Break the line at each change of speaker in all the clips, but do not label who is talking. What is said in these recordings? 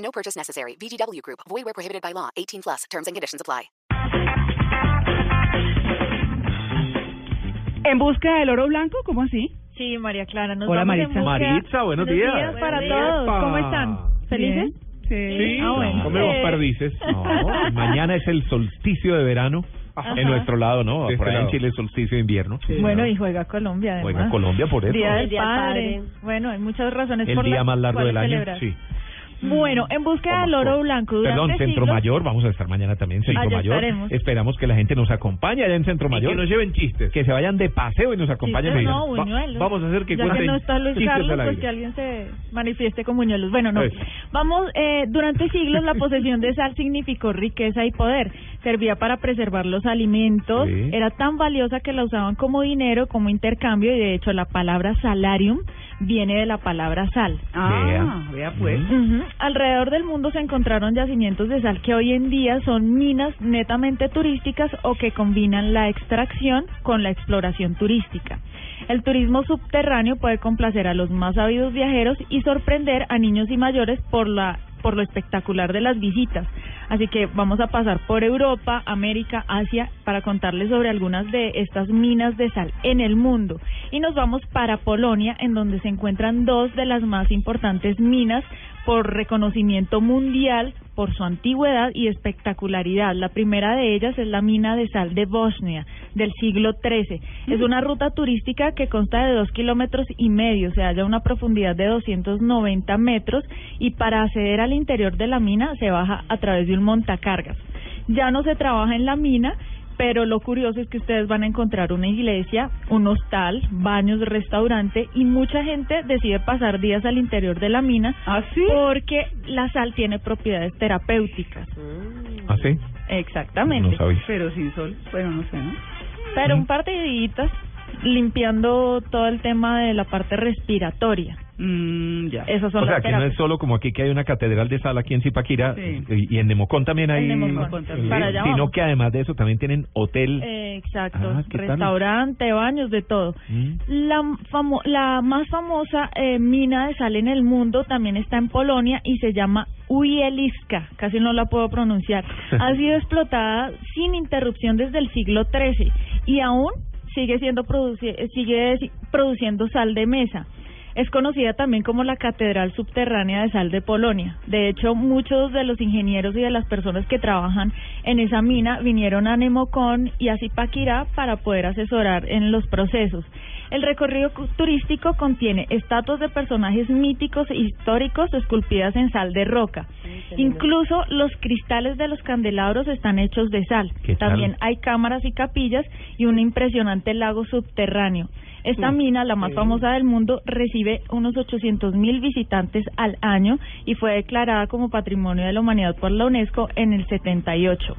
No purchase necessary. VGW Group. Void where prohibited by law. 18 plus. Terms and conditions apply.
¿En busca del oro blanco? ¿Cómo así?
Sí, María Clara, nos
Hola,
vamos en
Maritza.
busca-
Maritza, buenos días.
para
Buenos
todos.
días.
¿Cómo están? ¿Felices?
Bien, Sí.
Ah, bueno.
Comemos
Eh,
perdices.
No, mañana es el solsticio de verano
Ajá.
En nuestro lado, ¿no?
De este
Por ahí en
lado.
Chile es solsticio de invierno.
Bueno, y juega Colombia, además.
Bueno, Colombia por eso.
Día del
El
padre. Bueno, hay muchas razones por
día
las
más largo
cuales
del año.
celebrar.
Sí.
Bueno, en busca del
Como
oro
todo.
blanco. durante
Perdón, Centro
siglos-
Mayor. Vamos a estar mañana también en Centro
Allá
Mayor.
estaremos.
Esperamos que la gente nos acompañe allá en Centro Mayor.
que nos lleven chistes.
Que se vayan de paseo y nos acompañen.
Sí,
y
pero
digan,
no,
Pues "Va-
Buñuelos.
vamos a hacer que
ya
cuenten
que no está Luis
chistes
Carlos,
al
pues
aire".
que alguien se manifieste con Buñuelos. Bueno, no.
Eso.
Vamos, eh, durante siglos la posesión de sal significó riqueza y poder. Servía para preservar los alimentos.
Sí.
Era tan valiosa que la usaban como dinero, como intercambio. Y de hecho, la palabra salarium viene de la palabra sal.
Ah, vea pues.
Ujú. Alrededor del mundo se encontraron yacimientos de sal que hoy en día son minas netamente turísticas o que combinan la extracción con la exploración turística. El turismo subterráneo puede complacer a los más sabidos viajeros y sorprender a niños y mayores por la por lo espectacular de las visitas. Así que vamos a pasar por Europa, América, Asia para contarles sobre algunas de estas minas de sal en el mundo. Y nos vamos para Polonia, en donde se encuentran dos de las más importantes minas por reconocimiento mundial por su antigüedad y espectacularidad. La primera de ellas es la mina de sal de Bosnia del siglo XIII. Es una ruta turística que consta de dos kilómetros y medio, se halla a una profundidad de 290 metros y para acceder al interior de la mina se baja a través de un montacargas. Ya no se trabaja en la mina, pero lo curioso es que ustedes van a encontrar una iglesia, un hostal, baños, restaurante y mucha gente decide pasar días al interior de la mina
¿Ah, sí?
porque la sal tiene propiedades terapéuticas.
¿Ah, sí?
Exactamente.
No sabía. Mm.
Pero sin sol. Bueno, no sé, ¿no?
Pero un par de deditos limpiando todo el tema de la parte respiratoria.
Mm, ya.
Esas son
O sea,
las
que no
terapias.
es solo como aquí que hay una catedral de sal aquí en Zipaquirá
Sí.
y y en Nemocón también hay.
En Nemocón,
Sí,
para allá
sino
vamos.
que además de eso también tienen hotel.
Eh, exacto,
Ah, ¿qué tal?
restaurante, baños, de todo.
Mm.
La, famo- la más famosa eh, mina de sal en el mundo también está en Polonia y se llama Uieliska, casi no la puedo pronunciar. Ha sido explotada sin interrupción desde el siglo XIII y aún sigue siendo produci- eh, sigue si- produciendo sal de mesa. Es conocida también como la Catedral Subterránea de Sal de Polonia. De hecho, muchos de los ingenieros y de las personas que trabajan en esa mina vinieron a Nemocón y a Zipaquirá para poder asesorar en los procesos. El recorrido cu- turístico contiene estatuas de personajes míticos e históricos esculpidas en sal de roca. Incluso los cristales de los candelabros están hechos de sal.
¿Qué tal?
También hay cámaras y capillas y un impresionante lago subterráneo. Esta mina, la más famosa del mundo, recibe unos 800 mil visitantes al año y fue declarada como Patrimonio de la Humanidad por la UNESCO en el 78.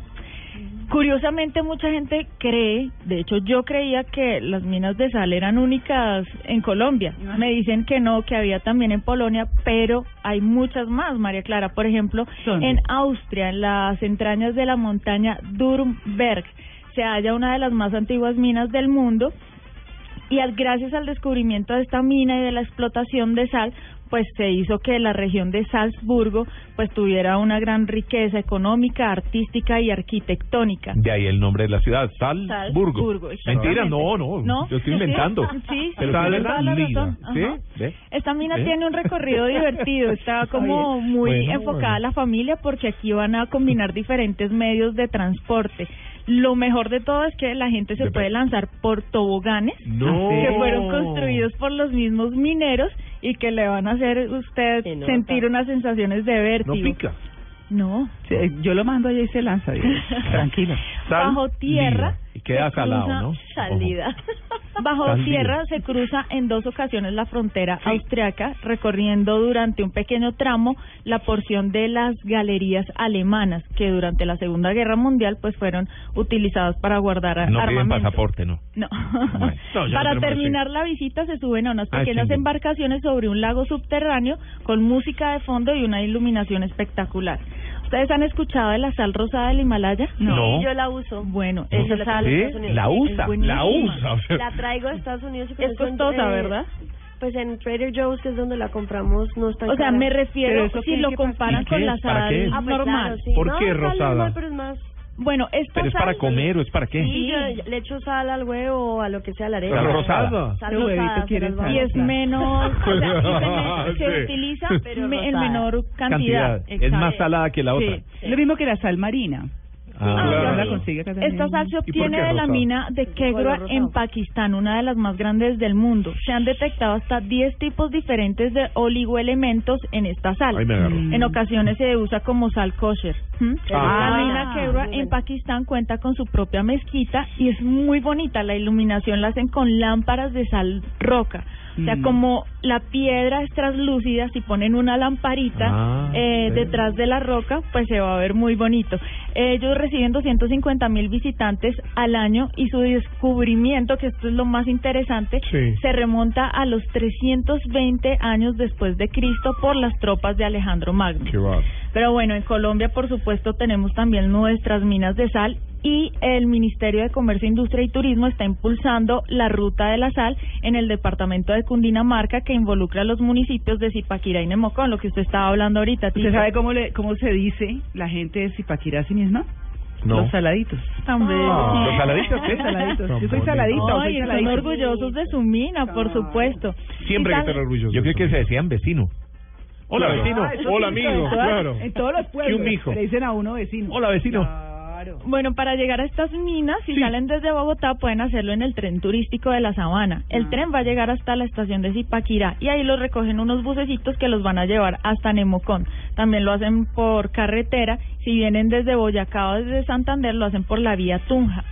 Curiosamente, mucha gente cree, de hecho yo creía que las minas de sal eran únicas en Colombia. Me dicen que no, que había también en Polonia, pero hay muchas más, María Clara. Por ejemplo,
¿Dónde?
en Austria, en las entrañas de la montaña Durmberg, se halla una de las más antiguas minas del mundo y al, gracias al descubrimiento de esta mina y de la explotación de sal, pues se hizo que la región de Salzburgo pues tuviera una gran riqueza económica, artística y arquitectónica.
De ahí el nombre de la ciudad, Salzburgo.
Salzburgo,
Mentira,
exactamente.
no, no,
No,
Yo estoy
sí, sí.
inventando.
Sí,
Pero
sí,
está
tienes toda la razón.
¿Sí?
Ajá.
¿Ve?
Esta mina
¿Eh?
tiene un recorrido divertido, está como muy
Bueno,
enfocada
bueno.
a la familia porque aquí van a combinar diferentes medios de transporte. Lo mejor de todo es que la gente se
De
puede
pe-
lanzar por toboganes
No.
que fueron construidos por los mismos mineros y que le van a hacer usted sentir unas sensaciones de
No
vértigo.
pica.
No.
Sí, eh, yo lo mando allá y se lanza. Diego. Tranquilo.
Sal,
Bajo tierra.
lira. Y queda
se
salado,
cruza
¿no?
Salida. Bajo
Tandil.
tierra se cruza en dos ocasiones la frontera austriaca, recorriendo durante un pequeño tramo la porción de las galerías alemanas que durante la Segunda Guerra Mundial pues fueron utilizadas para guardar a-
No piden
armamento.
pasaporte, ¿no?
No.
Bueno.
No, ya
Para
no tenemos
terminar
este.
la visita se suben a unas
Ah,
pequeñas
chingón.
embarcaciones sobre un lago subterráneo con música de fondo y una iluminación espectacular. ¿Ustedes han escuchado de la sal rosada del Himalaya?
No. No.
Sí, yo la uso.
Bueno,
No.
esa
Sí,
sal
¿sí?
es
La usa, la
buenísima.
usa. o sea,
La traigo de Estados Unidos. y con
Es
eso en- eh,
costosa, ¿verdad?
Pues en Trader Joe's, que es donde la compramos, no está
O sea, me
Pero
refiero
eso
si
qué-
lo
qué
comparan
pasa?
con
¿Y
la
qué? ¿Para
sal
qué?
Ah, pues
normal.
claro, sí.
¿Por
No,
qué
sal
rosada?
normal, pero es más.
Bueno, esta
Pero es para
sal-
comer o es para qué?
Sí, yo, le echo sal al huevo o a lo que sea, la arena.
Sal rosada.
Sal
Este huevito
rosada,
quiere
sal rosada.
y es
Claro.
menos, o sea, y se, me- se
Pues, Sí.
utiliza
Pero
me- en
rosada.
menor cantidad. Ah,
Cantidad. Es más salada que la
Sí,
otra.
Lo mismo que la sal marina.
Ah,
Uno
claro.
la consigue acá también.
Esta sal se
por qué
obtiene de la
rosado?
mina de Kegra
color rosado.
en Pakistán, una de las más grandes del mundo. Se han detectado hasta 10 tipos diferentes de oligoelementos en esta sal.
Ahí me agarró.
En ocasiones se usa como sal kosher. ¿Mm?
Ah.
La
Ah.
mina Kebra
Muy
en
bueno.
Pakistán cuenta con su propia mezquita y es muy bonita. La iluminación la hacen con lámparas de sal roca. O sea,
Mm.
como la piedra es translúcida, si ponen una lamparita
Ah,
eh,
sí.
detrás de la roca, pues se va a ver muy bonito. Ellos reciben 250 mil visitantes al año y su descubrimiento, que esto es lo más interesante,
Sí.
se remonta a los 320 años después de Cristo por las tropas de Alejandro Magno.
Qué va.
Pero bueno, en Colombia, por supuesto, tenemos también nuestras minas de sal y el Ministerio de Comercio, Industria y Turismo está impulsando la ruta de la sal en el departamento de Cundinamarca que involucra a los municipios de Zipaquirá y Nemocón, lo que usted estaba hablando ahorita.
¿Usted
Tito.
sabe cómo, le, cómo se dice la gente de Zipaquirá a sí misma?
No.
Los saladitos.
Tan bello.
Ah, ¿los saladitos qué?
Los saladitos. Yo soy
Tan
saladita.
bonito.
o
Ay,
soy
están
saladito.
orgullosos de su mina,
Ah.
por supuesto.
Siempre
Y
hay
tal-
que estar orgulloso.
Yo creo que se
es.
decían vecino.
Hola,
Claro.
vecino.
Ah, eso
Hola,
sí,
amigo.
en todas-
Claro.
En todos los pueblos.
Y un mijo.
Le dicen a uno vecino.
Hola, vecino.
Claro.
Bueno, para llegar a estas minas, si
Sí.
salen desde Bogotá, pueden hacerlo en el tren turístico de La Sabana. El
Ah.
tren va a llegar hasta la estación de Zipaquirá y ahí los recogen unos bucecitos que los van a llevar hasta Nemocón. También lo hacen por carretera. Si vienen desde Boyacá o desde Santander, lo hacen por la vía Tunja.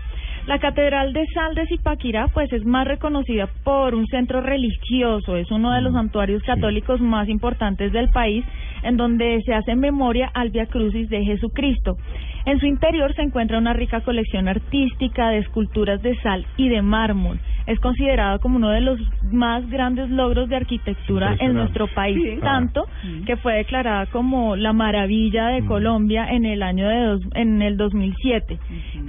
La Catedral de Sal de Zipaquirá, pues es más reconocida por un centro religioso, es uno de los santuarios católicos más importantes del país, en donde se hace memoria al Via Crucis de Jesucristo. En su interior se encuentra una rica colección artística de esculturas de sal y de mármol. Es considerado como uno de los más grandes logros de arquitectura en
Impresionante.
nuestro país,
Sí.
tanto que fue declarada como la maravilla de Colombia en el año de dos- en el 2007.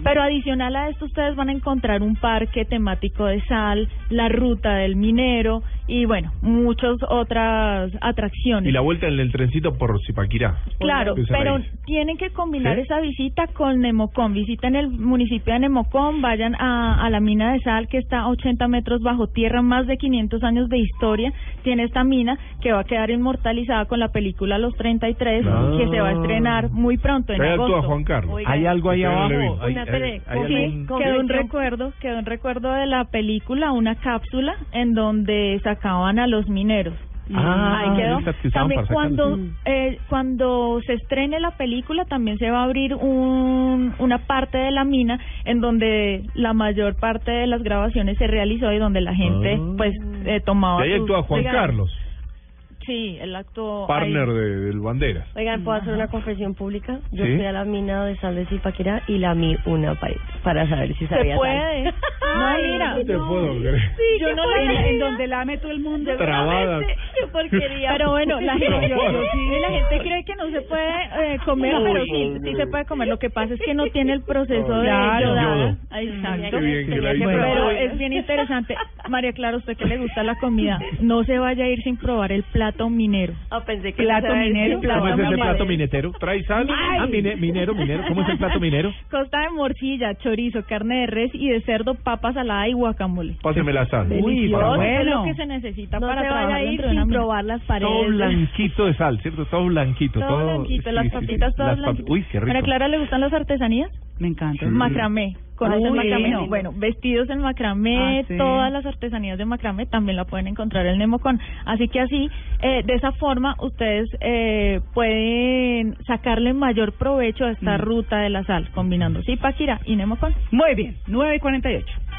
Pero adicional a esto, ustedes van a encontrar un parque temático de sal, la ruta del minero y, bueno, muchas otras atracciones.
Y la vuelta en el trencito por Zipaquirá.
Claro,
Pues,
pero
ahí.
tienen que combinar
¿Sí?
esa visita con Nemocón. Visiten el municipio de Nemocón, vayan a, a la mina de sal que está a 80 metros bajo tierra, más de 500 años de historia tiene esta mina que va a quedar inmortalizada con la película Los 33
Ah.
que se va a estrenar muy pronto en
Ahí actúa
agosto.
Juan Carlos.
Oiga,
Hay algo ahí
Yo no
abajo.
le vi.
Hay-
Una
hay-
pere-
hay
Sí,
algún-
quedó un
Convención.
recuerdo, quedó un recuerdo de la película, una cápsula en donde sacaban a los mineros.
Ah,
Ahí quedó.
esas que usaban
También
para
cuando
sacarlos.
eh, cuando se estrene la película también se va a abrir un, una parte de la mina en donde la mayor parte de las grabaciones se realizó y donde la gente
Ah.
pues eh, tomaba.
Y ahí
sus-
actúa Juan
Oigan,
Carlos,
Sí, él actuó. ahí.
partner de, del Banderas.
Oigan, ¿puedo hacer una confesión pública? Yo
Sí.
fui a la mina de sal de Zipaquirá y la mi una pa- para saber si
Se
sabía sal.
puede. No, mira.
Este
No te puedo creer.
yo no
En,
la
en donde lame todo el mundo.
Trabada.
Qué porquería.
Pero bueno, la gente,
yo- yo
sí, la gente cree que no se puede eh, comer, pero sí, sí se puede comer. Lo que pasa es que no tiene el proceso de
Claro.
yodada.
Yodo.
Exacto.
Qué bien que la hizo.
Pero
Bueno.
es bien interesante. María Clara, usted que le gusta la comida, no se vaya a ir sin probar el plato minero.
Ah, pensé que
Plato minero.
¿Cómo es ese
minero.
plato minetero? ¿Trae sal? Ah, mine- minero, minero. ¿Cómo es el plato minero?
Costa de morcilla, chorizo, carne de res y de cerdo, papa salada y guacamole.
Páseme la sal.
Uy,
Todo
bueno.
eso es lo que se necesita
No
para
se
trabajar
vaya a ir
dentro de una
sin
mina.
probar las paredes.
Todo blanquito de sal, ¿cierto? Todo blanquito.
Todo, blanquito,
sí,
las
sí, sí.
papitas todas
Las pap-
blanquitas.
Uy, qué rico.
María Clara, ¿le gustan las artesanías?
Me encanta.
Macramé. ¿Conocen
Ah,
macramé?
bueno.
Bueno, vestidos en macramé,
Ah, sí.
todas las artesanías de macramé también la pueden encontrar en Nemocon. Así que así, eh, de esa forma, ustedes eh, pueden sacarle mayor provecho a esta
Mm.
ruta de la sal, combinando Zipaquirá y Nemocon.
Muy bien, 9.48.